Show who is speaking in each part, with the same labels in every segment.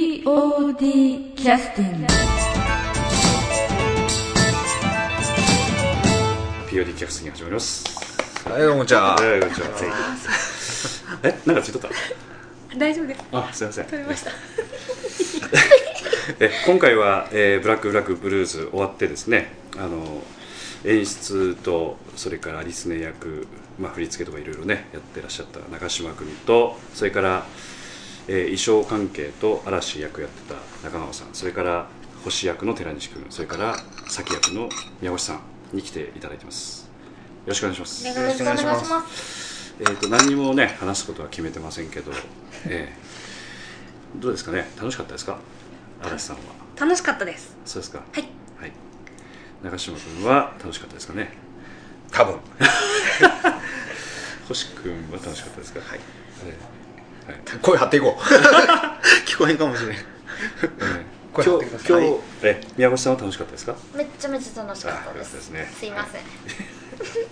Speaker 1: POD キャスティング
Speaker 2: POD キャスティング始まります
Speaker 3: はい、おもちゃ。
Speaker 2: はいこんにちはえなんかついとった
Speaker 4: 大丈夫です
Speaker 2: あすいません
Speaker 4: 取れました
Speaker 2: え今回は、えーブラック・ブラック・ブルーズ」終わってですねあの演出とそれからリスネ役、まあ、振り付けとかいろいろねやってらっしゃった中島君とそれから、えー衣装関係と嵐役やってた中直さんそれから星役の寺西君それから咲役の宮越さんに来ていただいてますよろしくお願いします
Speaker 3: よろしくお願いします。
Speaker 2: えー、と何にもね話すことは決めてませんけど、ええどうですかね楽しかったですか嵐さんは
Speaker 4: 楽しかったです
Speaker 2: そうですか
Speaker 4: はい
Speaker 2: はい中島君は楽しかったですかね
Speaker 3: 多分。
Speaker 2: 星君は楽しかったですかはい、ええはい
Speaker 3: 声張っていこう。聞こえんかもしれん。
Speaker 2: ええ
Speaker 3: 声張
Speaker 2: 今
Speaker 3: っ
Speaker 2: 日
Speaker 3: てくださ
Speaker 2: 今
Speaker 3: い
Speaker 2: 日、ええ宮越さんは楽しかったですか
Speaker 5: めっちゃめちゃ楽しかった
Speaker 2: あよか
Speaker 5: で
Speaker 2: った
Speaker 5: す。
Speaker 2: ですね
Speaker 5: すいません。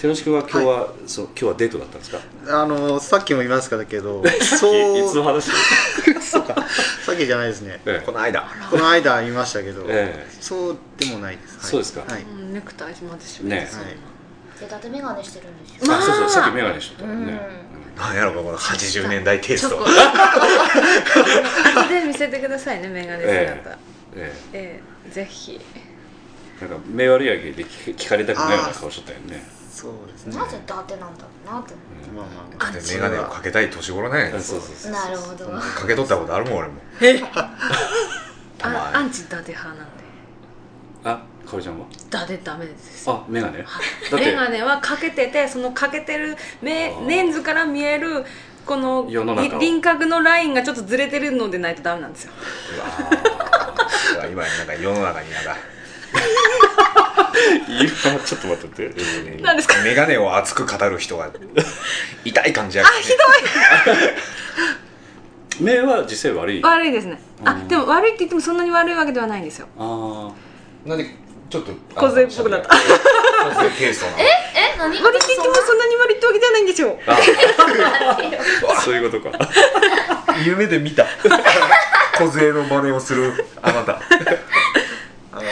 Speaker 2: 寺西君は今日は、そう今日はデートだったんですか
Speaker 6: あのさっきも言いました けど
Speaker 2: い
Speaker 6: そ
Speaker 2: いつの
Speaker 6: う
Speaker 2: 話
Speaker 6: そうかさっきじゃないですね
Speaker 2: ええ
Speaker 3: この間。
Speaker 6: この間言いましたけど、
Speaker 2: ええ
Speaker 6: そうでもないです、はい
Speaker 2: そうですか
Speaker 6: はい、
Speaker 4: うんネクタイまで締
Speaker 2: ね
Speaker 4: めて
Speaker 2: え
Speaker 4: そう
Speaker 6: はい
Speaker 5: でだってメガネしてるんですよ。
Speaker 4: ま
Speaker 2: あ
Speaker 4: あ
Speaker 2: そうそうさっき眼鏡してたね、
Speaker 5: うん
Speaker 3: なんやろか、この80年代テイス
Speaker 4: チョコ
Speaker 3: ト。
Speaker 4: 後で見せてくださいねメガネ姿
Speaker 2: えええ
Speaker 4: ええぜひ
Speaker 2: なんか目悪いやけで聞聞かれたくないような顔しとったよね
Speaker 6: そうですね
Speaker 5: なぜだってなんだろうなと思
Speaker 6: まあまあまあ
Speaker 3: だってメガネをかけたい年頃なんや
Speaker 2: あ
Speaker 3: ねん
Speaker 2: そうそうそう
Speaker 5: う。なるほど。
Speaker 3: かけとったことあるもん、俺も。た
Speaker 4: あ
Speaker 3: ま
Speaker 4: ア
Speaker 3: に。
Speaker 4: ンチ伊達派なんで
Speaker 2: あかおりちゃんは
Speaker 4: 伊達ダメです
Speaker 2: あメガネだって
Speaker 4: メガネはかけててそのかけてる目
Speaker 2: あー
Speaker 4: レンズから見えるこの
Speaker 2: 世の中を
Speaker 4: 輪郭のラインがちょっとずれてるのでないとダメなんですよ
Speaker 3: うわー今、なんか世の中になんか、
Speaker 2: 今ちょっと待ってて
Speaker 4: 何ですか
Speaker 3: メガネを熱く語る人が、痛い感じやけどね
Speaker 2: 目は実際悪いあ
Speaker 4: 悪いですねあ
Speaker 2: うん
Speaker 4: でも悪いって言ってもそんなに悪いわけではないんですよ
Speaker 2: あ
Speaker 3: なんで、ちょっと。
Speaker 4: 小銭っぽくなった
Speaker 3: た。小銭テイストなの。え
Speaker 5: え、何？
Speaker 4: 悪いって言ってもそんなに悪いってわけではないんですよ
Speaker 2: あそういうことか
Speaker 3: 夢で見た。小銭の真似をする、あなた。あの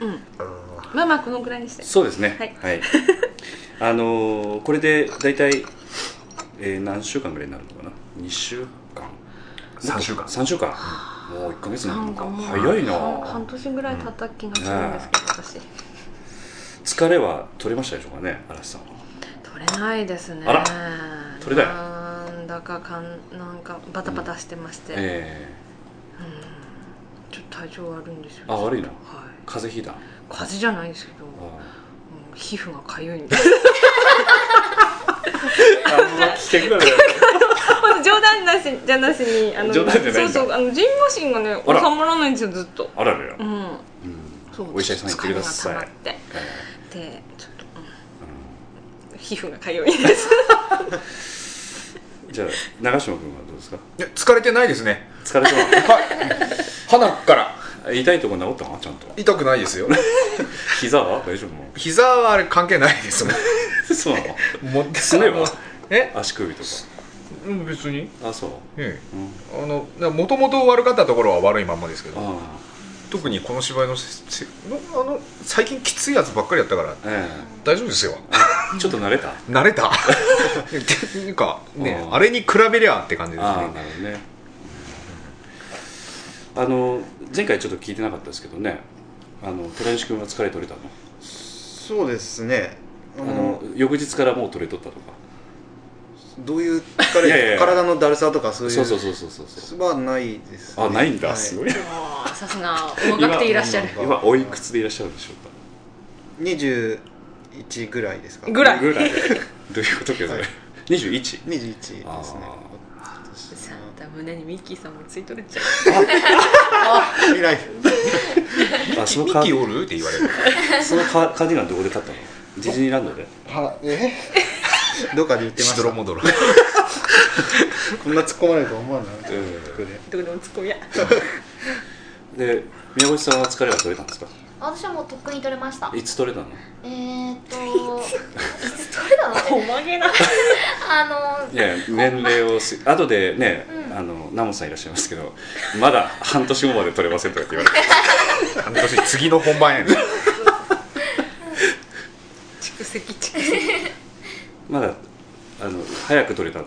Speaker 4: うん
Speaker 3: あの
Speaker 4: まあまあこのくらいにして
Speaker 2: そうですね
Speaker 4: はい
Speaker 2: はい、あのーこれで大体、えー、何週間ぐらいになるのかな2週間
Speaker 3: 三週間
Speaker 2: 3週間もう1か月になるのか
Speaker 4: もう
Speaker 2: 早い
Speaker 4: 半半
Speaker 2: な
Speaker 4: 年ぐらい経った気がするんですけど、私
Speaker 2: 疲れは取れましたでしょうかね嵐さんは
Speaker 4: 取れないですね
Speaker 2: あら取れない
Speaker 4: なんだかかんなんかバタバタしてまして、うん
Speaker 2: え
Speaker 4: ちょっと体調悪いんですよ
Speaker 2: あ悪いの
Speaker 4: はい
Speaker 2: ー、風邪ひいた
Speaker 4: 風邪じゃないですけど、も
Speaker 2: あ
Speaker 4: う皮膚が痒いんです
Speaker 2: あんま危険がない
Speaker 4: まず冗談なしじゃなしにあの
Speaker 2: 冗談じゃないんだ
Speaker 4: そうそうあのジンマシンがね収
Speaker 2: あら
Speaker 4: まらないんですよずっと
Speaker 2: あららら
Speaker 4: う、ん
Speaker 2: うん
Speaker 4: そう
Speaker 2: お医者さん行ってください
Speaker 4: 疲れが溜まって
Speaker 2: え
Speaker 4: でちょっ
Speaker 2: ー
Speaker 4: と、
Speaker 2: うん
Speaker 4: うん、皮膚が痒いです
Speaker 2: じゃあ長嶋君はどうですか
Speaker 3: いや疲れてないですね
Speaker 2: 疲れて ま
Speaker 3: 鼻から
Speaker 2: す痛いとこ治ったかなちゃんと
Speaker 3: 痛くないですよ
Speaker 2: 膝は大丈夫も
Speaker 3: 膝はあれ関係ないですね
Speaker 2: うそうなの
Speaker 3: 持って
Speaker 2: すねは
Speaker 3: え
Speaker 2: 足首とか
Speaker 3: うん別に
Speaker 2: あそう
Speaker 3: え
Speaker 2: うん
Speaker 3: えあのもともと悪かったところは悪いまんまですけど
Speaker 2: あ
Speaker 3: 特にこの芝居のせせのあの最近きついやつばっかりやったから
Speaker 2: あえ
Speaker 3: 大丈夫ですよ
Speaker 2: えちょっと慣れた
Speaker 3: 慣 れたていうかね
Speaker 2: あー
Speaker 3: あれに比べりゃって感じです
Speaker 2: ああ
Speaker 3: ね
Speaker 2: なるほどねあの前回ちょっと聞いてなかったですけどねあの寺西君は疲れ取れたの
Speaker 6: そうですねあ
Speaker 2: あ
Speaker 6: の
Speaker 2: の翌日からもう取れとったとか
Speaker 6: どういう疲れ
Speaker 2: いやいやいや
Speaker 6: 体のだるさとかそういう
Speaker 2: そうそうそうそうそうそう
Speaker 6: はないです、
Speaker 2: あないんだすご
Speaker 6: い
Speaker 2: い
Speaker 4: もうさすがお若くていらっしゃる
Speaker 2: 今今おいくつでいらっしゃるんでしょう
Speaker 6: 21ぐらいですか
Speaker 4: ぐ
Speaker 2: から
Speaker 4: い
Speaker 2: ぐらいどういうことけど
Speaker 6: はい
Speaker 2: 21ですね
Speaker 6: 21ですね
Speaker 4: さあだ胸にミッキーさんもついとれちゃう
Speaker 6: 未来
Speaker 2: あその
Speaker 3: ミ
Speaker 2: カー
Speaker 3: キおるって言われる
Speaker 2: そのカーカーディガンどこで買ったのディズニーランドで
Speaker 6: はえ どっかで言ってま
Speaker 3: し
Speaker 6: し
Speaker 3: ど
Speaker 6: た
Speaker 3: ろもどろ
Speaker 6: こんな突っ込まれると思わない、
Speaker 2: ええ
Speaker 6: これで
Speaker 4: どこでもツッコミや
Speaker 2: で宮越さんは疲れは取れたんですか
Speaker 5: 私はもうとっくに取れました。
Speaker 2: いつ取れたの
Speaker 5: えーっ と、いつ取れたの？
Speaker 4: まげな
Speaker 5: あの
Speaker 2: いやいや年齢をす後でね、
Speaker 5: うん
Speaker 2: あのナモさんいらっしゃいますけどまだ半年後まで取れませんとかって言われて
Speaker 3: 半年次の本番やね
Speaker 4: 蓄積蓄積
Speaker 2: まだあの早く取れたの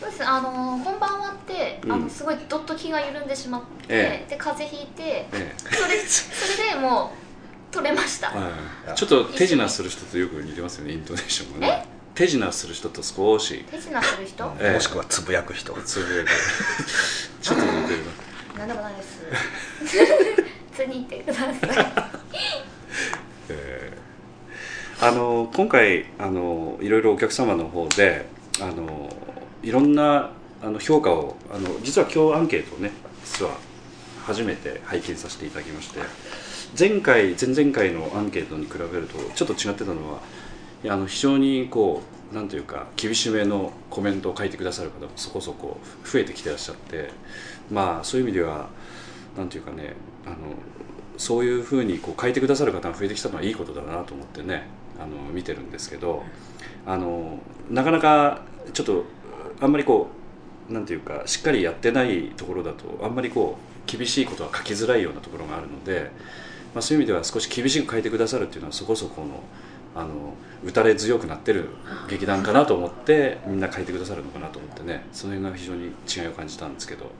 Speaker 5: そうですあのー本番終わって、
Speaker 2: うん
Speaker 5: あのすごいどっと気が緩んでしまって、
Speaker 2: え
Speaker 5: で風邪ひいて
Speaker 2: ええ
Speaker 5: それそれでもう取れました、
Speaker 2: はいちょっと手品する人とよく似てますよねイントネーションがね手品する人と少し
Speaker 5: 手品する人、
Speaker 2: ええ
Speaker 3: もしくはつぶやく人
Speaker 2: つぶやいてちょっと似てるな
Speaker 5: なんでもないです 普通に言ってください
Speaker 2: えーあの今回あのいろいろお客様の方であのいろんなあの評価をあの実は今日アンケートをね実は初めて拝見させていただきまして前回前々回のアンケートに比べるとちょっと違ってたのはいやあの非常にこうなんというか厳しめのコメントを書いてくださる方もそこそこ増えてきてらっしゃってまあそういう意味ではなんていうかねあのそういうふうにこう書いてくださる方が増えてきたのはいいことだなと思ってねあの見てるんですけどあのなかなかちょっとあんまりこうなんていうかしっかりやってないところだとあんまりこう厳しいことは書きづらいようなところがあるので、まあ、そういう意味では少し厳しく書いてくださるっていうのはそこそこのあの打たれ強くなってる劇団かなと思ってみんな書いてくださるのかなと思ってねその辺が非常に違いを感じたんですけど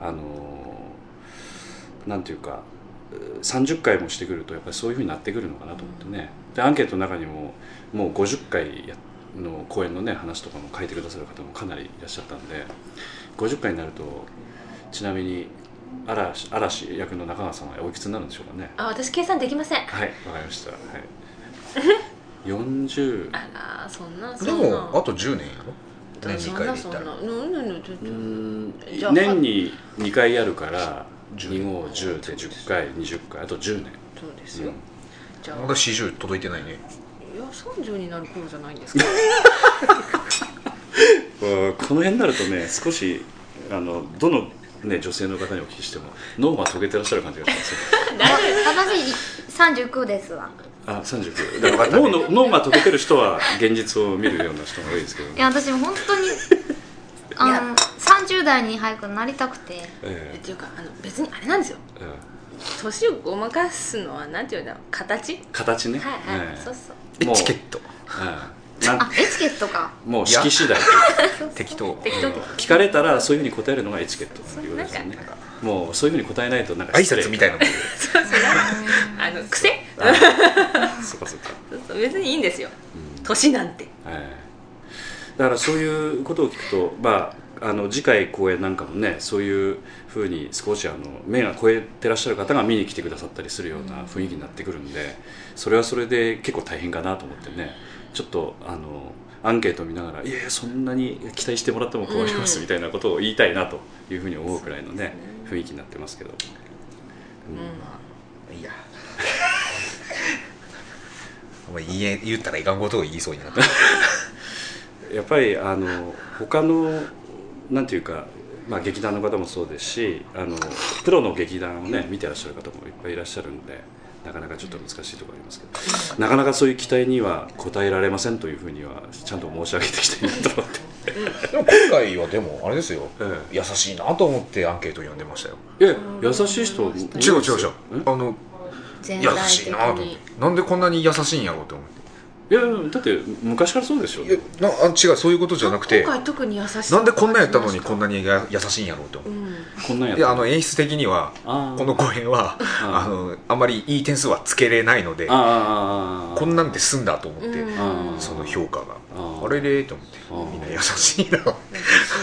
Speaker 2: あのなんていうかう30回もしてくるとやっぱりそういうふうになってくるのかなと思ってね、でアンケートの中にももう50回やの講演のね話とかも書いてくださる方もかなりいらっしゃったんで50回になるとちなみに嵐嵐役の中川さんはおいくつになるんでしょうかね
Speaker 4: あ私計算できません
Speaker 2: はいわかりました、はい、40
Speaker 4: あらそんなそん
Speaker 3: で
Speaker 4: な
Speaker 3: もあと10年やろ
Speaker 4: どう
Speaker 3: 年
Speaker 4: そ
Speaker 3: 2
Speaker 4: ん
Speaker 3: 回
Speaker 4: な
Speaker 3: でい
Speaker 4: そ
Speaker 3: っ
Speaker 4: ん
Speaker 3: た
Speaker 4: な
Speaker 3: ら
Speaker 4: うんうんうんちょっと
Speaker 2: うーん
Speaker 4: じゃあ
Speaker 2: 年に2回やるから
Speaker 3: 10
Speaker 2: 2号10で10回20回あと10年
Speaker 4: そうですよ、
Speaker 2: うん
Speaker 4: じゃあ
Speaker 3: まだ40届いてないね
Speaker 4: いや30になる頃じゃないんですか
Speaker 2: うんこの辺になるとね少しあのどの、ね、女性の方にお聞きしても脳が遂げてらっしゃる感じがしますよ
Speaker 5: 私39ですわ
Speaker 2: あ39だから脳の脳が遂げてる人は現実を見るような人が多いですけど
Speaker 5: い
Speaker 2: ね、
Speaker 5: や私も本当にあの30代に早くなりたくて
Speaker 2: え
Speaker 4: っていうかあの別にあれなんですよ
Speaker 2: えうん
Speaker 4: 年をごまかすのはなんていうんだろう形
Speaker 2: 形ね
Speaker 4: はいはい、
Speaker 2: ええ
Speaker 4: そうそう
Speaker 3: え
Speaker 2: もう
Speaker 3: チケット
Speaker 2: うんなん
Speaker 5: あエチケットか
Speaker 2: もう式次第
Speaker 3: 適当
Speaker 4: 適当って
Speaker 2: 聞かれたらそういうふうに答えるのがエチケットということですよね
Speaker 4: なん
Speaker 2: もうそういうふうに答えないとなんか
Speaker 3: 挨拶みたい
Speaker 2: な
Speaker 3: なもん
Speaker 4: あの癖
Speaker 2: そうかそうか
Speaker 4: そうそう別にいいんですよ
Speaker 2: うん
Speaker 4: 年なんて
Speaker 2: ええだからそういうことを聞くと、まあ、あの次回公演なんかもねそういうふうに少しあの目が超えてらっしゃる方が見に来てくださったりするような雰囲気になってくるんでそれはそれで結構大変かなと思ってねちょっとあのアンケートを見ながら「いやそんなに期待してもらっても困ります」
Speaker 4: うん
Speaker 2: みたいなことを言いたいなというふうに思うくらいのね雰囲気になってますけど、うん
Speaker 3: いや お前言え言ったらいかんことを言いそうになった
Speaker 2: やっぱりあの他のなんていうか、まあ、劇団の方もそうですしあのプロの劇団をね見てらっしゃる方もいっぱいいらっしゃるんでなかなかちょっと難しいところありますけどなかなかそういう期待には応えられませんというふうにはちゃんと申し上げていきたいなと思 って、
Speaker 3: でも今回はでもあれですよ
Speaker 2: え
Speaker 3: 優しいなと思ってアンケート読んでましたよ
Speaker 2: え、いや優しい人も多いです
Speaker 3: 違
Speaker 2: よ
Speaker 3: う違う違うあの
Speaker 4: 全
Speaker 3: 優
Speaker 4: 体
Speaker 3: し
Speaker 4: 的
Speaker 3: いなと思って
Speaker 4: に
Speaker 3: なんでこんなに優しいんやろうって思っ
Speaker 2: いやだって昔からそうでしょ
Speaker 3: ていやなあ違うそういうことじゃなくて
Speaker 4: 今回特に優しい
Speaker 3: なんでこんなんやったのにこん
Speaker 4: な
Speaker 3: なにや優しいんやろうって思
Speaker 4: う
Speaker 3: っ
Speaker 4: ん
Speaker 2: こんなんや
Speaker 3: て
Speaker 2: っ
Speaker 3: いやあの演出的には
Speaker 2: あー
Speaker 3: この公演は
Speaker 2: あ
Speaker 3: あのあんまりいい点数はつけれないので
Speaker 2: あーあーあーあー
Speaker 3: こんなんで済んだと思って、
Speaker 4: うん
Speaker 3: その評価が
Speaker 2: あー
Speaker 3: あれれと思って
Speaker 2: あー
Speaker 3: みんな優しいな
Speaker 2: い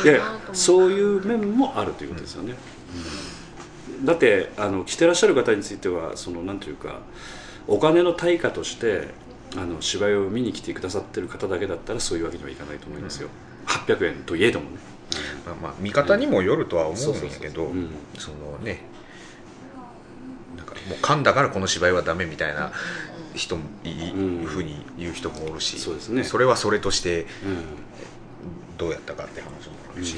Speaker 2: やいやそういう面もあるということですよね、うんだってあの着てらっしゃる方についてはそのなんというかお金の対価としてあの芝居を見に来てくださってる方だけだったらそういうわけにはいかないと思いますよ、800円といえどもね、
Speaker 3: まあまあ見方にもよるとは思うんやけど
Speaker 2: うん
Speaker 3: そのねなんかもう噛んだからこの芝居はダメみたいな人もいい
Speaker 2: うん
Speaker 3: ふうに言う人もおるし
Speaker 2: そうですね
Speaker 3: れはそれとして
Speaker 2: うん
Speaker 3: どうやったかって話もあるし、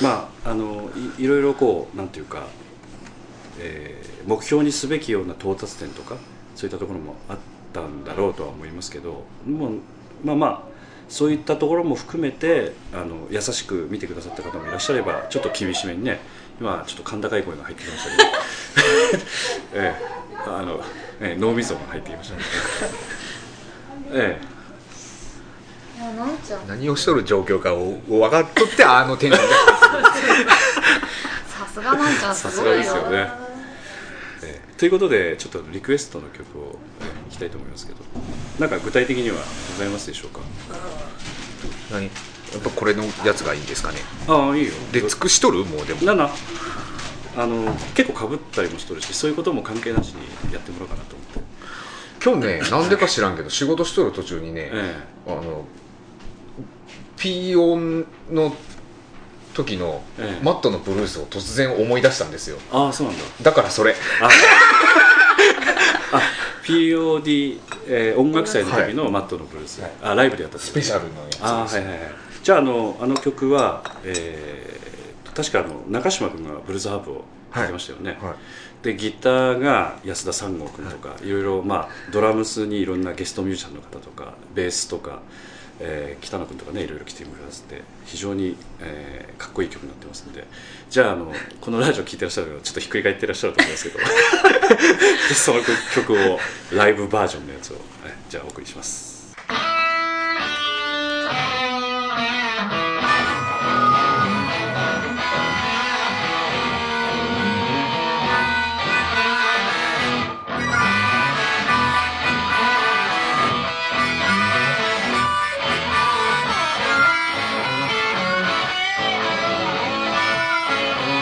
Speaker 2: まああのいいろいろこうなんていうか、えー目標にすべきような到達点とかそういったところもあったんだろうとは思いますけどもうまあまあそういったところも含めてあの優しく見てくださった方もいらっしゃればちょっと厳しめにね今ちょっと甲高い声が入ってきましたけど、 ええ、あの、ええ、脳みそが入ってきましたね、ええ
Speaker 5: いやなんちゃん
Speaker 3: 何をしとる状況かを分かっとってあのテンショ ン
Speaker 5: さすがなんちゃん
Speaker 2: さ
Speaker 5: す
Speaker 2: す
Speaker 5: ご
Speaker 2: が
Speaker 5: いよ
Speaker 2: ですよね、ええということでちょっとリクエストの曲を、ええいきたいと思いますけどなんか具体的にはございますでしょうか
Speaker 3: 何やっぱこれのやつがいいんですかね
Speaker 2: ああいいよ
Speaker 3: で尽くしとるもうでも
Speaker 2: 7あの結構かぶったりもしとるしそういうことも関係なしにやってもらおうかなと思って、
Speaker 3: 今 日ねなんでか知らんけど仕事しとる途中にね、
Speaker 2: え
Speaker 3: あのピーオンの時の、
Speaker 2: ええ
Speaker 3: マットのブルースを突然思い出したんですよ
Speaker 2: え、ああそうなんだ
Speaker 3: だからそれ
Speaker 2: ああ POD、えー音楽祭の時のマットのブルース、
Speaker 3: はい
Speaker 2: あライブでやった
Speaker 3: スペシ
Speaker 2: ル
Speaker 3: ャルのやつ
Speaker 2: ああはいはいはいじゃああのあの曲は、えー確かあの中島君がブルースハープを弾いてましたよね、
Speaker 3: はい
Speaker 2: でギターが安田三郷君とか、い、ろいろ、まあ、ドラムスにいろんなゲストミュージシャンの方とかベースとか、えー北野君とかねいろいろ来てくださって非常に、えーかっこいい曲になってますのでじゃああのこのラジオ聴いてらっしゃる方ちょっとひっくり返ってらっしゃると思いますけど でその曲をライブバージョンのやつを、はいじゃあお送りします。
Speaker 1: 「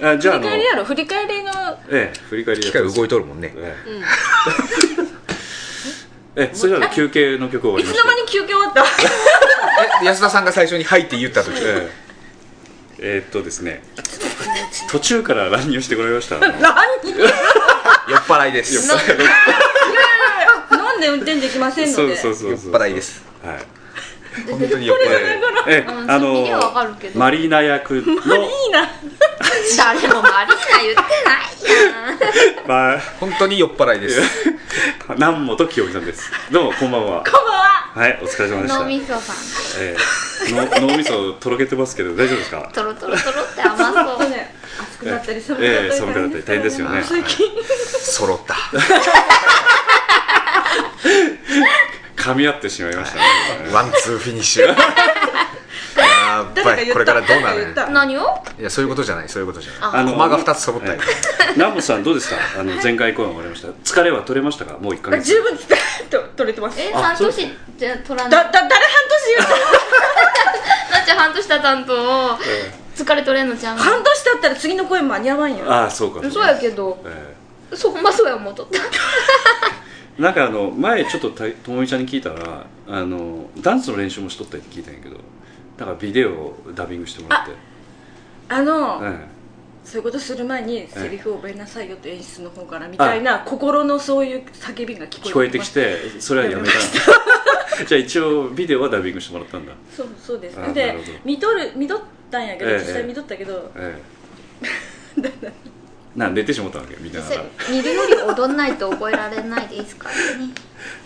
Speaker 2: あじゃああ
Speaker 4: 振り
Speaker 2: の、
Speaker 4: 返り
Speaker 2: え
Speaker 4: やろ振り返りの
Speaker 2: え、振り返り
Speaker 3: 機械動い
Speaker 2: て
Speaker 3: とるもんね
Speaker 2: ええ
Speaker 4: うん
Speaker 2: ええそれなら休憩の曲を終
Speaker 4: い
Speaker 2: わり
Speaker 4: つ
Speaker 2: ま
Speaker 4: の
Speaker 2: し
Speaker 4: 間に休憩終わ った
Speaker 3: え安田さんが最初に「はい」って言った時
Speaker 2: たえええーっとですね途中から乱入してこられましたあの
Speaker 4: 何いやいやい
Speaker 3: 酔っ払いです
Speaker 2: 酔っ払い
Speaker 4: やなんで運転できませんの
Speaker 2: そ
Speaker 4: で
Speaker 2: うそう
Speaker 4: う
Speaker 2: そうそう
Speaker 3: 酔っ払いです
Speaker 2: はい
Speaker 3: 本当に酔っ払い
Speaker 2: ええええ
Speaker 5: うん
Speaker 2: あ
Speaker 5: そっちにはわかる
Speaker 2: の
Speaker 5: けど
Speaker 2: マリーナ役の
Speaker 4: いいな
Speaker 5: 誰もマリーナ言ってないやん
Speaker 2: まあ
Speaker 3: 本当に酔っ払いです
Speaker 2: 南本清美さんですどうもこんばんは
Speaker 4: こんばんは
Speaker 2: はいお疲れ様でした
Speaker 5: 脳みそさん
Speaker 2: ええの脳みそとろけてますけど大丈夫ですか
Speaker 5: トロトロトロって甘
Speaker 4: ちょっ
Speaker 5: そ
Speaker 4: と
Speaker 5: う
Speaker 4: ね暑くなったり寒くなっ
Speaker 2: え
Speaker 4: たり
Speaker 2: え寒くなったり大変ですよね
Speaker 4: 最近
Speaker 3: 揃った
Speaker 2: 噛み合ってしまいましたね
Speaker 3: ワンツーフィニッ シュやーば
Speaker 4: 誰か言っ
Speaker 3: い
Speaker 4: た
Speaker 3: これからどうなる
Speaker 4: 誰
Speaker 3: ん
Speaker 4: か
Speaker 3: や
Speaker 4: 言っ
Speaker 5: 何を
Speaker 3: いやそういうことじゃないそういうことじゃない
Speaker 2: あの
Speaker 3: 駒が2つ揃ったよ
Speaker 2: ええ南本さんどうですかあの前回公演終わりました疲れは取れましたかもう一ヶ
Speaker 4: た
Speaker 2: 月
Speaker 4: 十分伝と取れてます だ
Speaker 5: え
Speaker 2: あ
Speaker 5: 半
Speaker 2: そう
Speaker 5: 年じゃ取ら
Speaker 4: だ
Speaker 5: ない
Speaker 4: 誰半年言 う
Speaker 5: なっちゃん半年経たんと
Speaker 2: え
Speaker 5: 疲れ取れんのちゃう
Speaker 4: た半年経ったら次の声間に合わん
Speaker 2: え
Speaker 4: よ
Speaker 2: ああそうか
Speaker 5: そうやけど
Speaker 2: え
Speaker 5: そほんまそうや思うとった
Speaker 2: えなんかあの前ちょっとたともみちゃんに聞いたらあのダンスの練習もしとったって聞いたんやけどだからビデオをダビングしてもらって
Speaker 4: あの、
Speaker 2: え
Speaker 4: そういうことする前にセリフを覚えなさいよと演出の方からみたいな心のそういう叫びが聞こえてき
Speaker 2: え
Speaker 4: ます
Speaker 2: 聞こえてきてそれはやめたの じゃあ一応ビデオはダビングしてもらったんだ
Speaker 4: そうそうです
Speaker 2: あな
Speaker 4: で
Speaker 2: るほど
Speaker 4: 見とる見とったんやけど、
Speaker 2: ええ
Speaker 4: 実際見とったけど、
Speaker 2: ええなん寝てしまったわけみたいな
Speaker 5: 見るより踊んないと覚えられないですか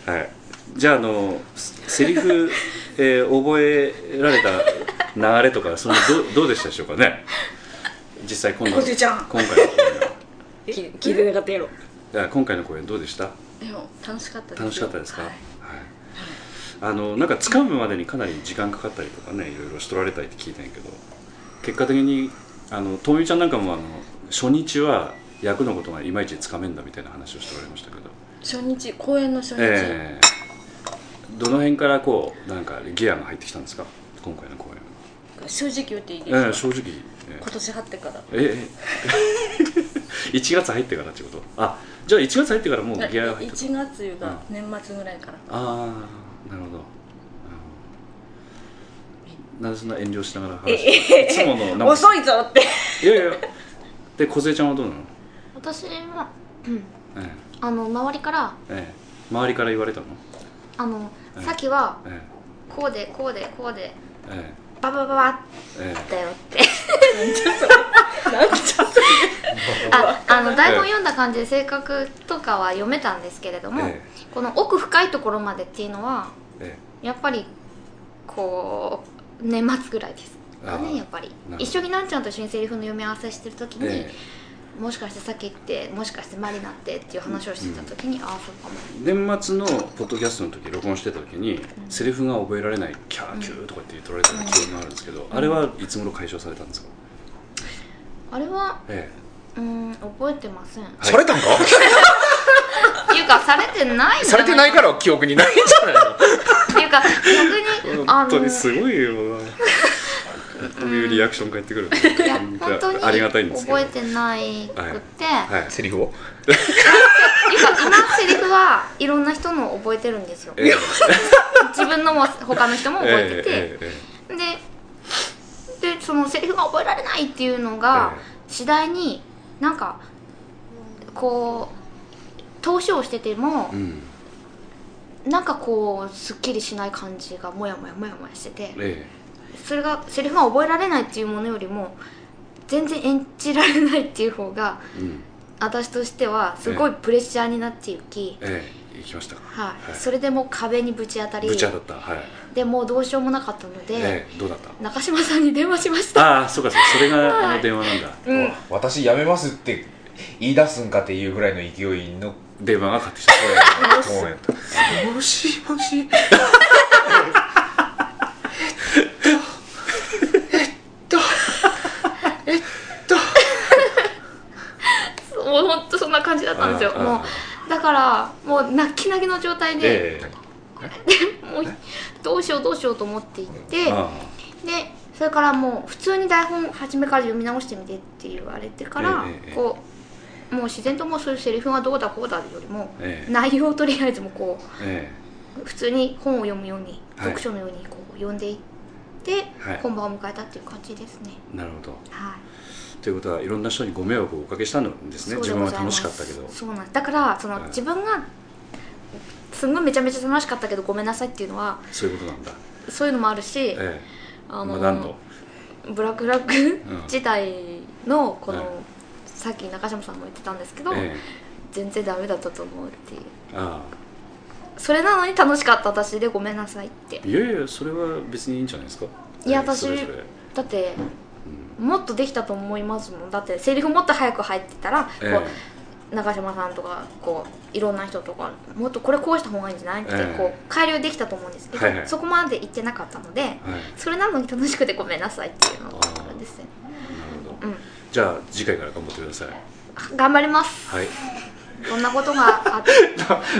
Speaker 5: らね
Speaker 2: はい、じゃああのせセリフ、えー覚えられた流れとかそのどうどうでしたでしょうかね実際今度の
Speaker 4: 小手ちゃん
Speaker 2: 今回の公演は
Speaker 4: 聞聞いてなかったやろ
Speaker 2: いや今回の公演どうでした
Speaker 4: でも楽しかったですよ
Speaker 2: 楽しかったですか、は
Speaker 4: はいい
Speaker 2: あのなんか掴むまでにかなり時間かかったりとかねいろいろしとられたりって聞いたんやけど結果的にあのとみちゃんなんかもあの初日は役のことがいまいちつかめんだみたいな話をしておられましたけど
Speaker 4: 初日公演の初日、
Speaker 2: ええどの辺からこうなんかギアが入ってきたんですか今回の公演
Speaker 4: 正直言っていいです
Speaker 2: は、
Speaker 4: か、
Speaker 2: ええ正直、え
Speaker 4: 今年入ってから
Speaker 2: え ええ1月入ってからってことあじゃあ1月入ってからもうギアが入ってた
Speaker 4: 1月いうか年末ぐらいから、
Speaker 2: ああなるほどうんなんでそんな遠慮しながら話して
Speaker 4: え
Speaker 2: いつものなんか
Speaker 4: 遅いぞって
Speaker 2: いやいやで梢ちゃんはどうなの、
Speaker 5: 私はうん
Speaker 2: え
Speaker 5: あの周りから
Speaker 2: えええ周りから言われたの
Speaker 5: あの
Speaker 2: うん
Speaker 5: さっきは
Speaker 2: え
Speaker 5: こうでこうでこうで
Speaker 2: ええ
Speaker 5: ババババ
Speaker 2: ええ
Speaker 5: だよって
Speaker 4: なんかちょっと
Speaker 5: ああの台本読んだ感じで性格とかは読めたんですけれども、
Speaker 2: え
Speaker 5: この奥深いところまでっていうのは
Speaker 2: ええ
Speaker 5: やっぱりこう年末ぐらいです
Speaker 2: あ
Speaker 5: か
Speaker 2: ー
Speaker 5: ねやっぱり
Speaker 2: ほど
Speaker 5: 一緒になんちゃんと一緒にセリフの読み合わせしてる時に、
Speaker 2: ええ
Speaker 5: もしかしてさっき言ってもしかしてマリナってっていう話をしてた時に、ああそうかも
Speaker 2: 年末のポッドキャストの時録音してた時に、セリフが覚えられないキャーキューとかって言ってられたような記憶があるんですけど、あれはいつ頃解消されたんですか、
Speaker 5: あれは
Speaker 2: え
Speaker 5: うーん覚えてませんっ
Speaker 2: はい
Speaker 3: されたんか
Speaker 5: ていうかされてないんじゃ
Speaker 3: されてないから記憶にないんじゃないの
Speaker 5: っていうか
Speaker 2: え
Speaker 5: 逆にあ
Speaker 2: 本当
Speaker 5: の
Speaker 2: にすごいよなこういうリアクション返ってくる
Speaker 5: いや本当に
Speaker 2: ありがたいんですけど
Speaker 5: 覚えてないくて、
Speaker 2: はい、
Speaker 3: セリフを
Speaker 5: っていうか今セリフはいろんな人の覚えてるんですよ
Speaker 2: えー
Speaker 5: 自分のも他の人も覚えてて、
Speaker 2: えーえーえ
Speaker 5: ででそのセリフが覚えられないっていうのが
Speaker 2: え
Speaker 5: 次第になんかこう投資をしてても
Speaker 2: ーうん
Speaker 5: なんかこうすっきりしない感じがモヤモヤモヤモヤしてて
Speaker 2: え
Speaker 5: それがセリフが覚えられないっていうものよりも全然演じられないっていう方が
Speaker 2: ーうん
Speaker 5: 私としてはすごいプレッシャーになっていき、
Speaker 2: えー、行きましたか
Speaker 5: はい
Speaker 2: はい
Speaker 5: それでもう壁にぶち当たり
Speaker 2: ぶち当たったはい、
Speaker 5: でもうどうしようもなかったので、
Speaker 2: えー、どうだった
Speaker 5: 中島さんに電話しました
Speaker 2: ああそうかそうかそれがあの電話なんだ、
Speaker 5: うん
Speaker 3: 私辞めますって言い出すんかっていうぐらいの勢いの
Speaker 2: 電話がかかってきた
Speaker 3: 公演もしもし
Speaker 5: もう本当そんな感じだったんですよ
Speaker 2: あー
Speaker 5: もうだからもう泣き泣きの状態で、
Speaker 2: え
Speaker 5: もうどうしようどうしようと思っていて
Speaker 2: えー、あ
Speaker 5: でそれからもう普通に台本初めから読み直してみてって言われてから、
Speaker 2: ええええ
Speaker 5: こうもう自然ともうそういうセリフがどうだこうだよりも、
Speaker 2: ええ
Speaker 5: 内容をとりあえずもうこ
Speaker 2: え
Speaker 5: う普通に本を読むように、
Speaker 2: はい
Speaker 5: 読書のようにこう読んでいって、
Speaker 2: はい
Speaker 5: 本番を迎えたっていう感じですね。
Speaker 2: えなるほど
Speaker 5: はい
Speaker 2: ということはいろんな人にご迷惑をおかけしたんですね
Speaker 5: そうで
Speaker 2: 自
Speaker 5: ご
Speaker 2: 分は
Speaker 5: ざい
Speaker 2: 楽
Speaker 5: ます
Speaker 2: しかったけど
Speaker 5: そうなんですだからその、
Speaker 2: はい
Speaker 5: 自分がすんごいめちゃめちゃ楽しかったけどごめんなさいっていうのは
Speaker 2: そういうことなんだ
Speaker 5: そういうのもあるし、
Speaker 2: え
Speaker 5: あ
Speaker 2: え
Speaker 5: の
Speaker 2: まあ何度
Speaker 5: ブラックラック
Speaker 2: うん
Speaker 5: 自体のこの、
Speaker 2: はい
Speaker 5: さっき中島さんも言ってたんですけど、
Speaker 2: ええ
Speaker 5: 全然ダメだったと思うっていう
Speaker 2: あ
Speaker 5: それなのに楽しかった私でごめんなさいって
Speaker 2: あいやいやそれは別にいいんじゃないですか
Speaker 5: いや
Speaker 2: ええ
Speaker 5: 私
Speaker 2: それぞれ
Speaker 5: だってもっとできたと思いますもんだってセリフもっと早く入ってたら、
Speaker 2: え
Speaker 5: こう中島さんとかこういろんな人とかもっとこれこうした方がいいんじゃないって、
Speaker 2: ええ
Speaker 5: こう改良できたと思うんですけど、
Speaker 2: はいはい
Speaker 5: そこまで行ってなかったので
Speaker 2: えはい
Speaker 5: それなのに楽しくてごめんなさいっていうのがあるんですよね、
Speaker 2: なるほど
Speaker 5: う
Speaker 2: じゃあ次回から頑張ってください
Speaker 5: ん、頑張ります
Speaker 2: はい
Speaker 5: こんなことがあって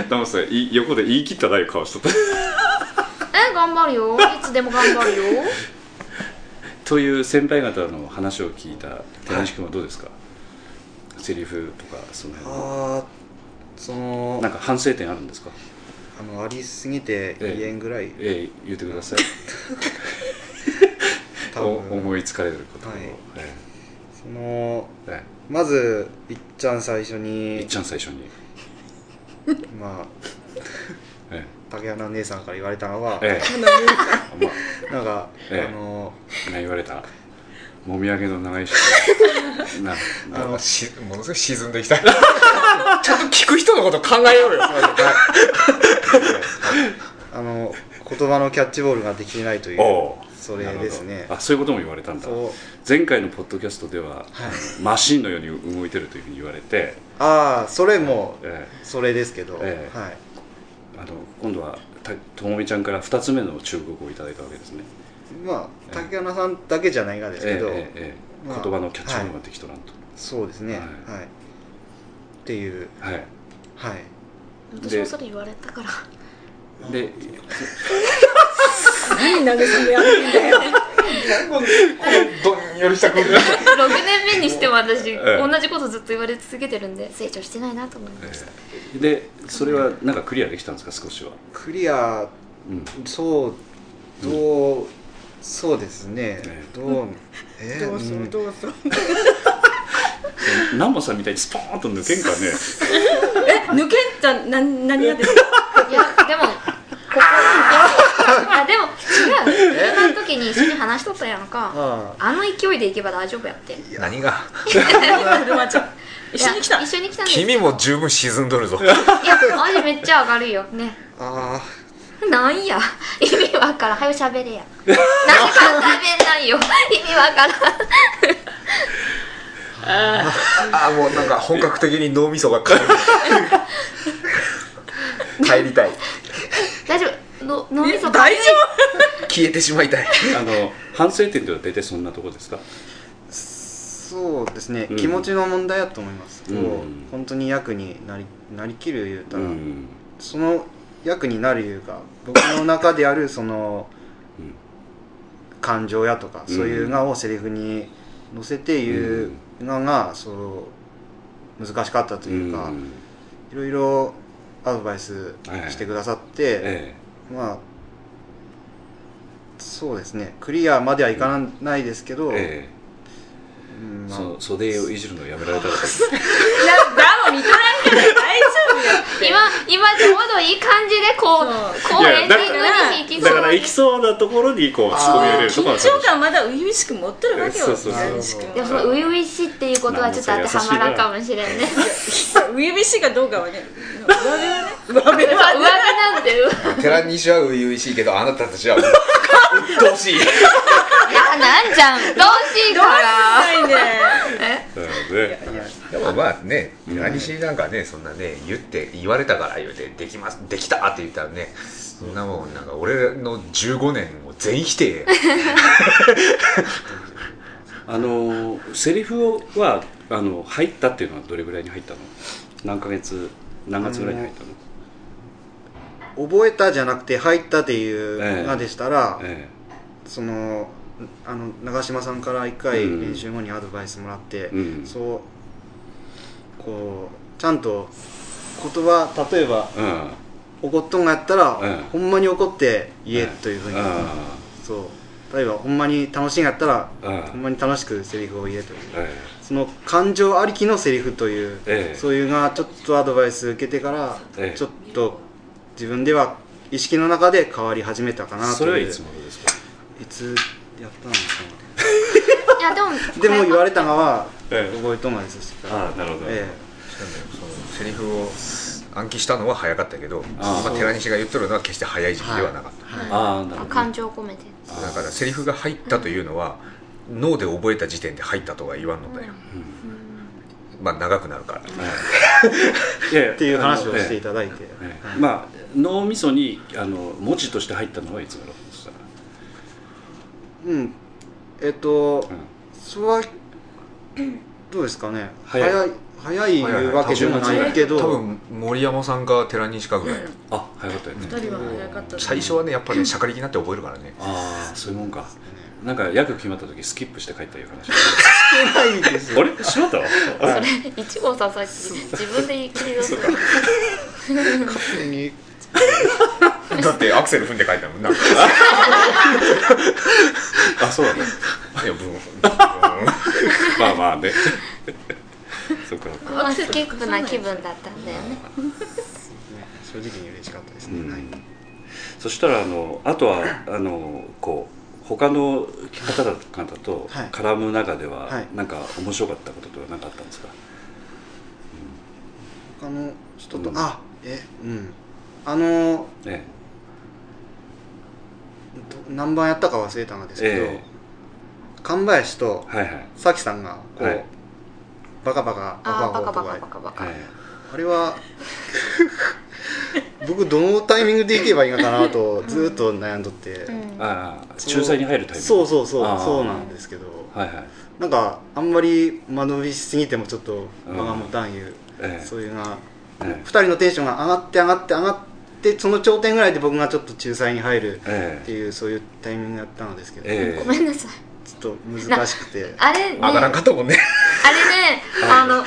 Speaker 2: ダムさんい横で言い切ったない顔しとった
Speaker 5: え頑張るよいつでも頑張るよ
Speaker 2: という先輩方の話を聞いた寺西君はどうですか、セリフとかその辺の
Speaker 6: ああその
Speaker 2: なんか反省点あるんですか
Speaker 6: あのありすぎて
Speaker 2: ええ
Speaker 6: 言えんぐらい、
Speaker 2: ええ言ってください
Speaker 6: 多
Speaker 2: お
Speaker 6: 分
Speaker 2: 思いつかれることを、
Speaker 6: はい
Speaker 2: え
Speaker 6: その
Speaker 2: ええ
Speaker 6: まずいっちゃん最初
Speaker 2: え
Speaker 6: に
Speaker 2: いっちゃん最初に、
Speaker 6: まあ
Speaker 2: え
Speaker 6: 竹花姉さんから言われたのは
Speaker 2: え、ええま
Speaker 6: なんか、
Speaker 2: ええ
Speaker 6: あの
Speaker 2: 何言われたもみあげの長い人な
Speaker 6: あの
Speaker 3: しものすごい沈んできたちゃんと聞く人のこと考えようよ
Speaker 6: あの言葉のキャッチボールができてないとい
Speaker 2: おう
Speaker 6: うそれですね
Speaker 2: なるほどあそういうことも言われたんだ
Speaker 6: そう
Speaker 2: 前回のポッドキャストでは、マシンのように動いてるというふうに言われて、
Speaker 6: ああそれも
Speaker 2: え
Speaker 6: それですけど、
Speaker 2: ええ
Speaker 6: はい
Speaker 2: えあの今度はたともみちゃんから2つ目の忠告をいただいたわけですね
Speaker 6: ま
Speaker 2: え
Speaker 6: あ
Speaker 2: え
Speaker 6: 竹花さんだけじゃないがですけど、
Speaker 2: ええええええ
Speaker 6: まあ
Speaker 2: 言葉のキャッチボールができとらんと
Speaker 6: そうですね
Speaker 2: は
Speaker 6: はいい、っていう
Speaker 2: はい、
Speaker 6: はい
Speaker 5: 私もそれ言われたから
Speaker 2: で
Speaker 4: 何慰め合ってんだよ
Speaker 3: このどんよりした空間
Speaker 5: 6年目にしても私、
Speaker 2: え
Speaker 5: 同じことずっと言われ続けてるんで成長してないなと思いました、
Speaker 2: えでそれはなんかクリアできたんですか少しは、
Speaker 6: クリア
Speaker 2: うん、
Speaker 6: そうどう、そうですね、
Speaker 2: ええ
Speaker 6: どうええ
Speaker 4: どうぞ
Speaker 6: ん
Speaker 4: どうぞ
Speaker 2: 南本さんみたいにスポーンと抜けんかね
Speaker 4: え抜けんじゃ何何がで すか
Speaker 5: いやでもここあでも違う今の時に一緒に話しとったやんか
Speaker 6: あ
Speaker 5: あの勢いでいけば大丈夫やって
Speaker 3: 何が
Speaker 4: 車ちゃん一緒に来た
Speaker 5: いや一緒に来たんです
Speaker 3: 君も十分沈んどるぞ
Speaker 5: いやマジめっちゃ上がるよね
Speaker 6: あああ
Speaker 5: なんや意味わからんはよ喋れやなんか喋んないよ意味わからん
Speaker 3: ああもうなんか本格的に脳みそが帰 る帰りたい
Speaker 5: 大丈夫の脳みそ
Speaker 4: 大丈
Speaker 3: 消えてしまい たい
Speaker 2: あの反省点では大体そんなとこですか
Speaker 6: そうですね、
Speaker 2: うん
Speaker 6: 気持ちの問題だと思います、
Speaker 2: うん
Speaker 6: もう本当に役になりなりきる言うた
Speaker 2: う
Speaker 6: ら、
Speaker 2: ん、
Speaker 6: その役になるいうか僕の中であるその
Speaker 2: うん
Speaker 6: 感情やとか、そういうのをセリフに乗せて言うのが、そう難しかったというか、
Speaker 2: ん
Speaker 6: いろいろアドバイスしてくださって、
Speaker 2: え
Speaker 6: まあそうですねクリアまではいかないですけど、
Speaker 2: ええ
Speaker 6: うん
Speaker 2: え
Speaker 6: まあ
Speaker 2: その袖をいじるのやめられたら
Speaker 4: 夫いやだも見とらんから大丈夫やって
Speaker 5: 今今ちょうどいい感じでこう
Speaker 4: そ
Speaker 5: こう
Speaker 2: いや
Speaker 5: エンディングに引き
Speaker 2: だ
Speaker 5: そ
Speaker 2: か
Speaker 5: う
Speaker 2: ら行きそうなところにこう突っ込み入れると
Speaker 4: 緊
Speaker 2: ころ
Speaker 4: 張感まだ初々しく持ってるわけよ
Speaker 2: そうそうそう
Speaker 4: 初々しく
Speaker 5: でもその初々しいっていうことはちょっと当てはまらんかもしれんね
Speaker 4: 初々しいかどうかはね上辺はね上辺
Speaker 5: 上
Speaker 4: は
Speaker 5: 着なんてうわ
Speaker 3: 寺西は初々しいけどあなたたちは鬱陶しい
Speaker 5: いやなんじゃんどうしい
Speaker 4: ど
Speaker 5: か
Speaker 4: う
Speaker 5: ら
Speaker 4: したいね
Speaker 2: そうね
Speaker 6: いや
Speaker 3: でもまあね
Speaker 2: うん
Speaker 3: 寺西なんかねそんなね言って言われたから言うてできますできたって言ったらねそんなもんなんか俺の15年を全否定
Speaker 2: あのセリフはあの入ったっていうのはどれぐらいに入ったの何ヶ月何月ぐらいに入ったの、
Speaker 6: 覚えたじゃなくて入ったっていう
Speaker 2: ええ
Speaker 6: のでしたら、
Speaker 2: え
Speaker 6: そのあの長嶋さんから一回
Speaker 2: うん
Speaker 6: 練習後にアドバイスもらって、
Speaker 2: うん
Speaker 6: そうこうちゃんと言葉例えば
Speaker 2: うん
Speaker 6: 怒っとんがやったら、
Speaker 2: うん
Speaker 6: ほんまに怒って言え
Speaker 2: うん
Speaker 6: というふうに、
Speaker 2: あ
Speaker 6: そう例えばほんまに楽しいんやったら、
Speaker 2: うん
Speaker 6: ほんまに楽しくセリフを言えという
Speaker 2: ーえ
Speaker 6: その感情ありきのセリフという、
Speaker 2: ええ
Speaker 6: そういうがちょっとアドバイス受けてから、
Speaker 2: ええ
Speaker 6: ちょっと自分では意識の中で変わり始めたか
Speaker 2: ー
Speaker 6: なという
Speaker 2: それはいつもですか
Speaker 6: いつやったんですかね
Speaker 5: いやでも
Speaker 6: でも言われたのは
Speaker 2: ええ
Speaker 6: 覚えとんがですし
Speaker 2: ああなるほど、
Speaker 6: え
Speaker 3: そのセリフを暗記したのは早かったけど
Speaker 2: あー
Speaker 3: まあ、寺西が言っとるのは決して早い時期ではなかった、
Speaker 5: はい
Speaker 2: ああなるほど
Speaker 5: 感情を込めて
Speaker 3: だからセリフが入ったというのは、脳で覚えた時点で入ったとは言わんのだよ、
Speaker 2: うん
Speaker 3: まあ長くなるから、
Speaker 2: いやいや
Speaker 6: えっていう話をして
Speaker 2: え
Speaker 6: いただいて、
Speaker 2: えええまあ脳みそにあの文字として入ったのはいつ頃ですか
Speaker 6: うんえっと
Speaker 2: うん
Speaker 6: それはどうですかね
Speaker 2: 早い
Speaker 6: 早い早い
Speaker 3: 早い
Speaker 6: わけでもないけど
Speaker 3: 多分森山さんか寺西かぐらい、
Speaker 2: あ早かったよね、
Speaker 4: 二人は早かった
Speaker 3: 最初はねやっぱり、ね、しゃかりきになって覚えるからね
Speaker 2: ああそういうもんかなんか役決まった時スキップして帰ったいう話
Speaker 6: 少ないです
Speaker 2: あれしまった
Speaker 5: それ一号さんさっき自分で切り出す
Speaker 6: 勝手に
Speaker 3: だってアクセル踏んで書いたもんない
Speaker 2: あそうだね
Speaker 3: やブン
Speaker 2: まあまあね そっかそっか
Speaker 5: アクセルキックな気分だったんだよね
Speaker 6: 正直に嬉しかったです
Speaker 2: う
Speaker 6: ね、はい
Speaker 2: んそしたらあのあとはあのこう他の方々と
Speaker 6: はい
Speaker 2: 絡む中では、
Speaker 6: はい
Speaker 2: なんか面白かったこととか何かあったんですか、
Speaker 6: 他の人と、
Speaker 2: うん
Speaker 6: あえうんあの
Speaker 2: ね
Speaker 6: ど何番やったか忘れたんですけど、
Speaker 2: ええ
Speaker 6: 神林と
Speaker 2: はいはい
Speaker 6: さきさんがこう、
Speaker 2: はい
Speaker 6: バカバカ
Speaker 5: ああ
Speaker 6: バ
Speaker 5: バ
Speaker 6: カバカ
Speaker 5: カバカ
Speaker 6: と
Speaker 5: バ
Speaker 6: か
Speaker 5: カバカ
Speaker 2: え
Speaker 6: あれは僕どのタイミングでいけばいいのかなとずーっと悩んどって、
Speaker 5: うん
Speaker 2: えああ仲裁に入るタイミング
Speaker 6: そうそうそう
Speaker 2: あー
Speaker 6: そうなんですけど
Speaker 2: はいはい
Speaker 6: なんかあんまり間延びしすぎてもちょっと間が持たんいう、
Speaker 2: ええ
Speaker 6: そういうな
Speaker 2: え
Speaker 6: 2人のテンションが上がって上がって上がってその頂点ぐらいで僕がちょっと仲裁に入る
Speaker 2: え
Speaker 6: っていうそういうタイミングだったのですけど、
Speaker 2: ええ
Speaker 5: ごめんなさい
Speaker 6: ちょっと難しくて
Speaker 5: あれね
Speaker 3: 上がらんかったもんね
Speaker 5: あれね、あの、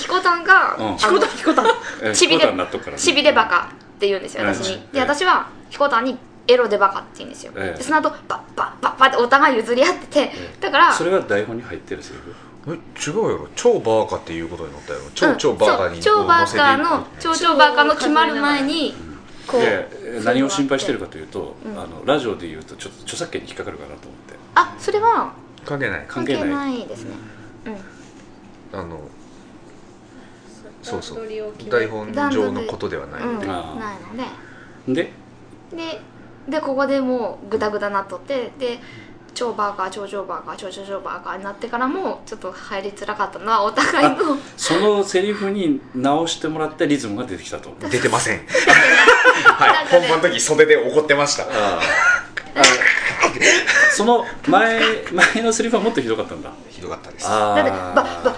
Speaker 5: ヒコタンが、
Speaker 2: うん
Speaker 5: あの
Speaker 2: ヒコタ
Speaker 4: ヒコタン
Speaker 2: えええ
Speaker 5: しびれ
Speaker 2: コタになっとくからね
Speaker 5: しびれバカって言うんですよ、
Speaker 2: う
Speaker 5: 私
Speaker 2: ん
Speaker 5: に。
Speaker 2: ええ
Speaker 5: で、私は、ヒコタンに、エロでバカって言うんですよ。
Speaker 2: ええ
Speaker 5: でその後、バッバッバッバッってお互い譲り合ってて、だから、
Speaker 2: それは台本に入ってるセリフ
Speaker 3: え違うやろ超バーカっていうことになったやろ
Speaker 5: う
Speaker 3: 超
Speaker 5: ん
Speaker 3: 超バーカに
Speaker 5: そう超バーカの
Speaker 3: こう、乗
Speaker 5: 超超バーカの決まる前に、こう
Speaker 2: いや、何を心配してるかというと、
Speaker 5: うん
Speaker 2: あのラジオで言うとちょっと著作権に引っかかるかなと思って
Speaker 5: あ、それは
Speaker 3: せて関係ない
Speaker 5: 関係ないですね。
Speaker 3: あのそうそう
Speaker 4: 段取りを決め
Speaker 3: 台本上のことではない
Speaker 5: うん、
Speaker 3: の
Speaker 5: うん、
Speaker 3: で、
Speaker 2: あー
Speaker 5: ないので。
Speaker 2: で
Speaker 5: ででここでもうグダグダなっとってで超バーガー超超バーガー超超超バーガーになってからもちょっと入りづらかったのはお互いの
Speaker 2: そのセリフに直してもらってリズムが出てきたと
Speaker 3: 出てま せんはい本番の時袖で怒ってました
Speaker 2: あその前前のセリフはもっとひどかったんだ
Speaker 3: ひどかったです
Speaker 2: あ
Speaker 5: だって バッバッバ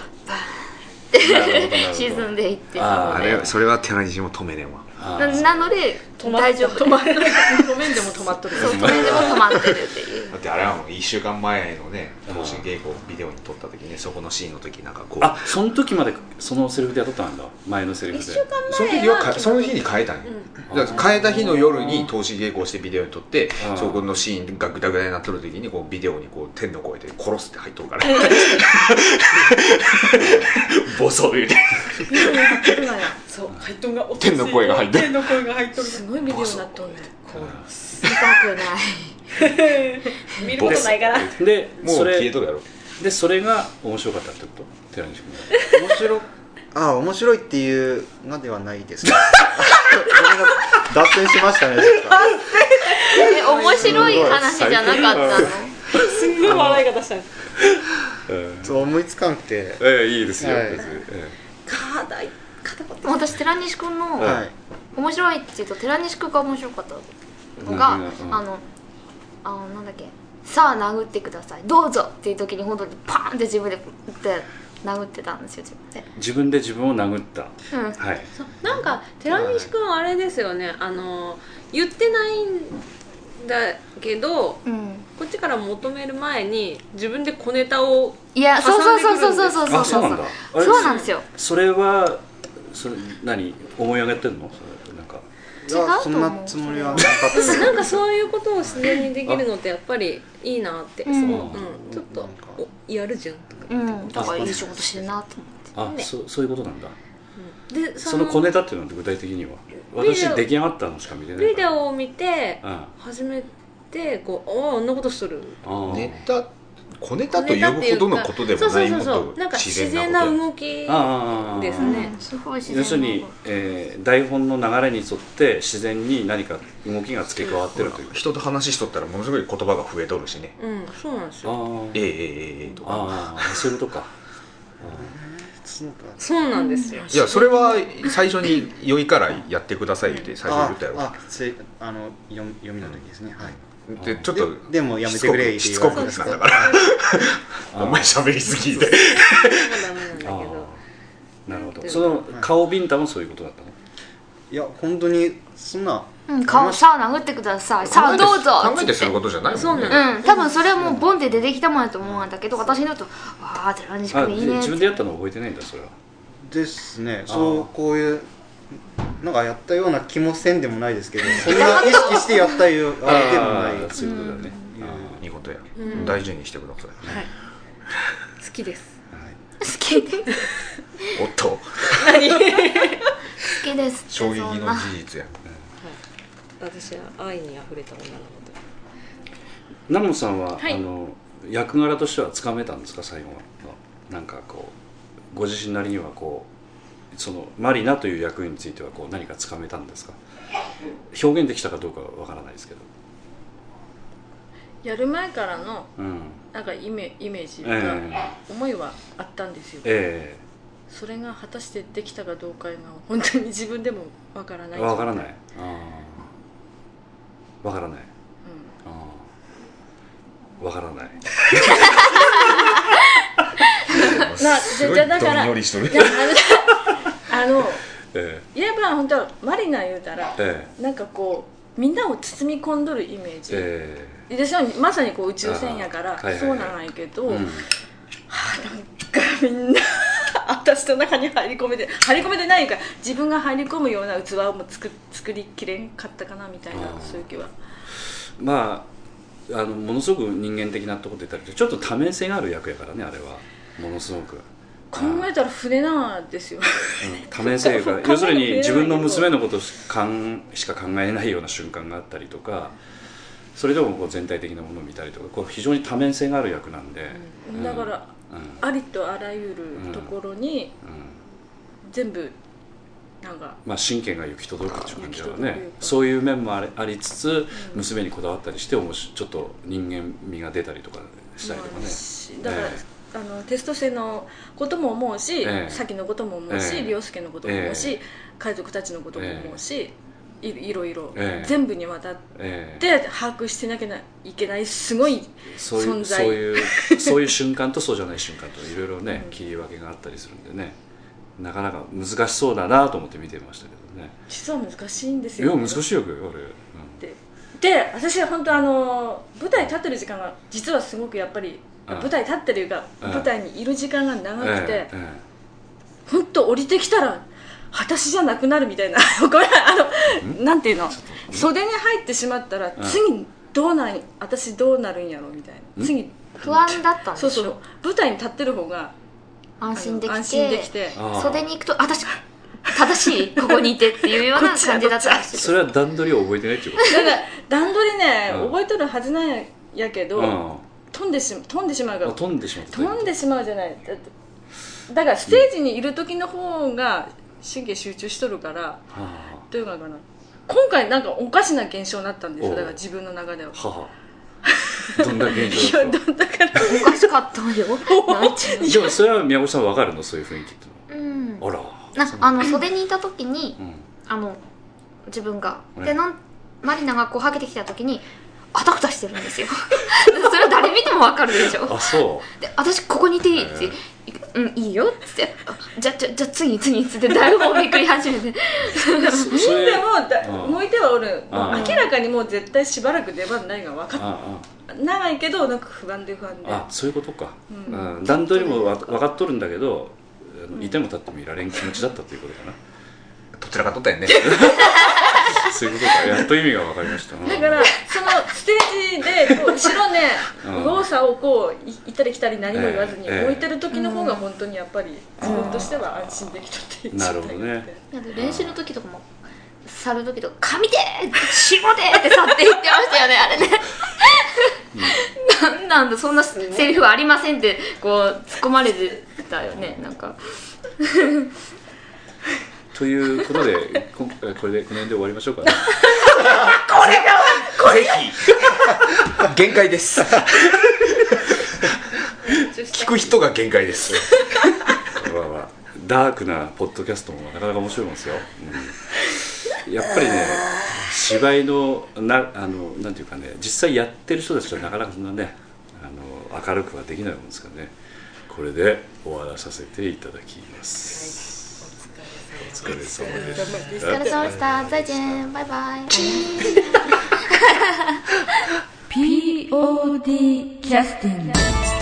Speaker 5: ッ沈ん
Speaker 2: で
Speaker 5: でいって
Speaker 2: あ
Speaker 5: た
Speaker 2: ー
Speaker 3: あ
Speaker 5: の
Speaker 2: れ
Speaker 5: で
Speaker 3: れそれは寺西も止めねんわ
Speaker 5: ななので
Speaker 4: 止ま
Speaker 5: 大丈夫
Speaker 4: 止まらない止めんでも止まっとる
Speaker 5: そうそれでも止まってるっていう
Speaker 3: だってあれはもう1週間前のね更新稽古をビデオに撮った時ねそこのシーンの時なんかこう
Speaker 2: あその時までそのセリフでやっとったんだ前のセリフ
Speaker 4: 一
Speaker 2: で
Speaker 4: 週間
Speaker 3: その
Speaker 4: 前
Speaker 3: 時
Speaker 4: は
Speaker 3: はかその日に変えたんよ、だから変えた日の夜に投資稽古をしてビデオに撮って
Speaker 2: うん
Speaker 3: そこのシーンがグダグダになってる時にこうビデオにこう天の声で「殺す」って入っとるからボソ言うて
Speaker 4: ビデオに入っとるがやそう入っとんが
Speaker 3: 天の声が入ってる
Speaker 4: 天の声が入っとる
Speaker 5: すごい見るようになっとんね見たくない
Speaker 4: 見ることないから
Speaker 2: で
Speaker 3: もう
Speaker 2: そ
Speaker 3: 消え
Speaker 2: れ
Speaker 3: とるやろ
Speaker 2: でそれが面白かったってこと寺西君は
Speaker 6: 面白ああ面白いっていうのではない ですごめんな脱線しましたねちょっと
Speaker 5: え面白い話じゃなかったの
Speaker 4: すんごい笑い方したんです
Speaker 6: そう思いつかんくて
Speaker 2: ええいいですよ、
Speaker 6: はい
Speaker 2: 別にえ
Speaker 4: かだい肩こっ
Speaker 5: もう私寺西君の、
Speaker 2: うん
Speaker 6: はい
Speaker 5: 面白いって言うと寺西君が面白かったのが、
Speaker 2: うんうん
Speaker 5: あのあのなんだっけ「さあ殴ってくださいどうぞ」っていう時に本当にパーンって自分で打って殴ってたんですよ自分で
Speaker 2: え、自分で自分を殴った
Speaker 5: うん
Speaker 2: はい
Speaker 1: そうなんか寺西君はあれですよねあの言ってない
Speaker 4: だけど
Speaker 5: うん
Speaker 4: こっちから求める前に自分で小ネタを
Speaker 5: いやそうそうそうそうそうそう
Speaker 2: あ
Speaker 5: そ
Speaker 2: そう
Speaker 5: う
Speaker 2: なんだあれ
Speaker 5: そうなんですよ
Speaker 2: それはそれ何思い上げてんのそれなんか
Speaker 6: いや
Speaker 5: 違うと思う
Speaker 6: そんなつもりはなかった です
Speaker 4: なんかそういうことを自然にできるのってやっぱりいいなって、
Speaker 5: うん
Speaker 4: その
Speaker 2: うん
Speaker 4: うんちょっとおやるじゃんとか、
Speaker 5: うんだからいい仕事してるなと思って
Speaker 2: あ、
Speaker 4: ね
Speaker 2: そうそういうことなんだ
Speaker 4: で
Speaker 2: その小ネタっていうのは具体的には私
Speaker 4: ビデオ
Speaker 2: 出来上がったのしか見てないから
Speaker 4: ビデオを見て
Speaker 2: うんあ
Speaker 4: 初めてこうあああんなことする
Speaker 2: ー
Speaker 3: ネタ小ネタというほどのことでもない
Speaker 4: そ
Speaker 3: も
Speaker 4: う
Speaker 3: っ
Speaker 4: そうそう
Speaker 3: と
Speaker 4: そうなんか自
Speaker 3: 自
Speaker 4: 然
Speaker 3: 然
Speaker 4: な
Speaker 3: なこと
Speaker 4: 動き
Speaker 2: あー
Speaker 4: です
Speaker 5: う
Speaker 4: ね
Speaker 5: んすごい自然
Speaker 2: 要するに、えー台本の流れに沿って自然に何か動きが付け加わってるという、
Speaker 3: 人と話しとったらものすごい言葉が増えとるしね
Speaker 4: うんそうなんですよ
Speaker 2: あ
Speaker 3: え
Speaker 2: ー
Speaker 3: えええええとか
Speaker 2: あーそういうことか
Speaker 6: そうか
Speaker 4: そうなんですよ、
Speaker 3: いやそれは最初に「酔いからやってください」って最初言ったやろ
Speaker 6: ああせあの読み読みの時ですねはい
Speaker 3: でちょっと
Speaker 6: ででもやめてくれ
Speaker 3: しつこく
Speaker 6: って
Speaker 3: しつ
Speaker 6: 言
Speaker 3: こく
Speaker 6: わ
Speaker 3: な
Speaker 6: れ
Speaker 3: んだ
Speaker 6: て
Speaker 3: から
Speaker 2: あー
Speaker 3: お前喋りすぎて
Speaker 4: ダメなんだけ
Speaker 2: あ
Speaker 4: ど
Speaker 2: ーなるほ
Speaker 4: なんて
Speaker 2: ど
Speaker 4: いう
Speaker 2: そ
Speaker 4: の
Speaker 2: の顔ビンタもそういうことだったの
Speaker 6: いや本当にそんな
Speaker 5: うん、顔サウナ打ってくださいさあどうぞ
Speaker 3: 考えてすることじゃないも
Speaker 4: そうんな
Speaker 3: ね
Speaker 4: ん
Speaker 5: うん多分それはもうボンって出てきたもんやと思うんだけど私にとってはわあ寺西
Speaker 2: あ
Speaker 5: 君いい
Speaker 2: で
Speaker 5: ね
Speaker 2: 自分でやったの覚えてないんだそれは
Speaker 6: ですね
Speaker 2: あー
Speaker 6: そうこういうなんかやったような気もせんでもないですけどそんな意識してやったようなわけでもない
Speaker 2: あーそういうことだね、
Speaker 6: うん
Speaker 2: あ
Speaker 3: いいことや
Speaker 4: うん
Speaker 3: 大事にしてください
Speaker 4: はい好きです
Speaker 6: は
Speaker 5: 好きで好
Speaker 3: おっと
Speaker 5: きですって
Speaker 3: 衝撃
Speaker 5: そん
Speaker 3: の
Speaker 5: な
Speaker 3: 事実や
Speaker 4: 私は愛に溢れた女なので
Speaker 2: ー南野さんは、
Speaker 4: はい
Speaker 2: あの役柄としてはつかめたんですか最後のなんかこうご自身なりにはこうそのマリナという役についてはこう何かつかめたんですか表現できたかどうかはわからないですけど
Speaker 4: やる前からの
Speaker 2: うん
Speaker 4: なんかイメイメー
Speaker 2: え
Speaker 4: ジが、
Speaker 2: え
Speaker 4: 思いはあったんですよ
Speaker 2: え
Speaker 4: それが果たしてできたかどうかが本当に自分でもわから
Speaker 2: え
Speaker 4: ない、
Speaker 2: わからないいああわからない
Speaker 4: うん
Speaker 2: ああわからない
Speaker 3: すごい
Speaker 4: じゃだから
Speaker 3: どんよりしとる
Speaker 4: いやあの あの
Speaker 2: え
Speaker 4: 言えば本当マリナ言うたら
Speaker 2: ええ
Speaker 4: なんかこうみんなを包み込んどるイメー
Speaker 2: え
Speaker 4: ジ、
Speaker 2: え
Speaker 4: ですよねまさにこう宇宙船やか
Speaker 2: あ
Speaker 4: ら
Speaker 2: ーはいはいはい
Speaker 4: そうなんやけど、
Speaker 2: えうん
Speaker 4: なんか みんな私の中に入り込めて入り込めてないから自分が入り込むような器をも作作りきれんかったかなみたいな
Speaker 2: あー
Speaker 4: そういう気は
Speaker 2: まああのものすごく人間的なところで言ったりちょっと多面性がある役やからねあれはものすご く、
Speaker 4: 考えたら船なんですよ
Speaker 2: うん多面性
Speaker 4: そう
Speaker 2: が
Speaker 4: 考え
Speaker 2: 要するに
Speaker 4: てみれば
Speaker 2: 自分の娘のことしかんしか考えないような瞬間があったりとかそれでもこう全体的なものを見たりとかこう非常に多面性がある役なんで、うん
Speaker 4: だから、
Speaker 2: うんうん
Speaker 4: ありとあらゆるところに全部なんか
Speaker 2: まあ、神経が行き届くっていう感じだから
Speaker 4: 行き
Speaker 2: ね
Speaker 4: 届く
Speaker 2: そういう面もありありつつ
Speaker 4: うん
Speaker 2: 娘にこだわったりしておもしちょっと人間味が出たりとかしたりとかね
Speaker 4: まあしだから、
Speaker 2: え
Speaker 4: あのテスト生のことも思うし、
Speaker 2: ええ
Speaker 4: さっきのことも思うし、
Speaker 2: ええ
Speaker 4: 凌介のことも思うし、海賊たちのことも思うし、いいろいろ、
Speaker 2: ええ
Speaker 4: 全部にわたっ
Speaker 2: ええ
Speaker 4: て把握してなきゃいけないすごい
Speaker 2: そうい
Speaker 4: 存
Speaker 2: う
Speaker 4: 在
Speaker 2: そう いうそういう瞬間とそうじゃない瞬間といろいろね
Speaker 4: うん
Speaker 2: 切り分けがあったりするんでねなかなか難しそうだなと思って見てましたけどね
Speaker 4: 実は難しいんです
Speaker 2: いや
Speaker 4: よ、
Speaker 2: 難しいよあれ、うん
Speaker 4: で私は本当あの舞台立ってる時間が実はすごくやっぱり、
Speaker 2: うん
Speaker 4: 舞台立ってるいうか、
Speaker 2: うん
Speaker 4: 舞台にいる時間が長くて、
Speaker 2: えええ
Speaker 4: 本当降りてきたら私じゃなくなるみたいな ごめんあのなんていうの袖に入ってしまったら
Speaker 2: うん
Speaker 4: 次どうなん私どうなるんやろみたい
Speaker 2: ん
Speaker 4: な次
Speaker 5: 不安だったんでし
Speaker 4: そ
Speaker 5: ょ
Speaker 4: うそう舞台に立ってる方が
Speaker 5: 安心できて
Speaker 4: あの安心できて
Speaker 2: えああ
Speaker 5: 袖に行くと私正しいここにいてっていうような感じだったらしい
Speaker 2: それは段取りを覚えてないっていうこと
Speaker 4: だから段取りね、
Speaker 2: うん
Speaker 4: 覚えとるはずなんやけど、
Speaker 2: うん
Speaker 4: 飛んでし飛んでしまうか
Speaker 2: あ
Speaker 4: ら
Speaker 2: 飛んでしまった
Speaker 4: 飛んでしまうじゃないだってだからステージにいる時の方が神経集中しとるから
Speaker 2: は
Speaker 4: どういうのかな今回なんかおかしな現象になったんです
Speaker 2: お
Speaker 4: よ
Speaker 2: う
Speaker 4: だから自分の中では
Speaker 2: あはあどんな現
Speaker 4: い
Speaker 2: 象だ
Speaker 4: や
Speaker 2: っ
Speaker 4: だ
Speaker 2: た
Speaker 4: から
Speaker 5: おかしかったよなんちゅう
Speaker 2: のでもそれは宮本さんわかるのそういう雰囲気って
Speaker 5: のうん
Speaker 2: のあら
Speaker 5: なあの袖にいた時に
Speaker 2: うん
Speaker 5: あの自分が
Speaker 2: うん
Speaker 5: でなんマリナがこうはけてきた時にあたふたして るんですよそれは誰見てもわかるでしょ
Speaker 2: あそう
Speaker 5: で私ここにいていいっ
Speaker 2: へ
Speaker 5: てうんいいよ」っつってあ「じゃじゃじゃ次次」っつって台本をめくり始めて
Speaker 2: そそ
Speaker 4: で
Speaker 2: れあ
Speaker 4: もだ
Speaker 2: うん
Speaker 4: 向いてはおる
Speaker 2: うん
Speaker 4: 明らかにもう絶対しばらく出番ないが分か
Speaker 2: あ
Speaker 4: っ長いけどなんか不安で不安で
Speaker 2: あそういうことか、
Speaker 4: うん
Speaker 2: うん、段取りもわ分かっとるんだけどあのいても立ってもいられん気持ちだったということかな
Speaker 3: どちらかとったよね
Speaker 2: そういうことかやっと意味が分かりました
Speaker 4: だからそのステージでこう後ろね
Speaker 2: うん
Speaker 4: 右往左往こうい行ったり来たり何も言わずに
Speaker 2: ええええ
Speaker 4: 置いてる時の方が本当にやっぱり自分としては安心できたっていう
Speaker 2: なるほどね
Speaker 4: 状
Speaker 5: な
Speaker 4: 態で
Speaker 5: んか練習の時とかも去る時とか「紙で仕事で!」って去って言ってましたよねあれね。なんなんだそんなセリフはありませんってこう突っ込まれてたよねなん か
Speaker 2: ということで ここれでこの辺で終わりましょうかね
Speaker 3: ぜひ限界 です聞く人が限界です
Speaker 2: わあわあダークなポッドキャストもなかなか面白いもんですよ、うんやっぱりね芝居のなあのなんていうかね実際やってる人たちとはなかなかそんなねあの明るくはできないもんですからねこれで終わらさせていただきます、お疲れ様でした
Speaker 5: お疲れ様でした再见バイバイ
Speaker 1: POD キャスティング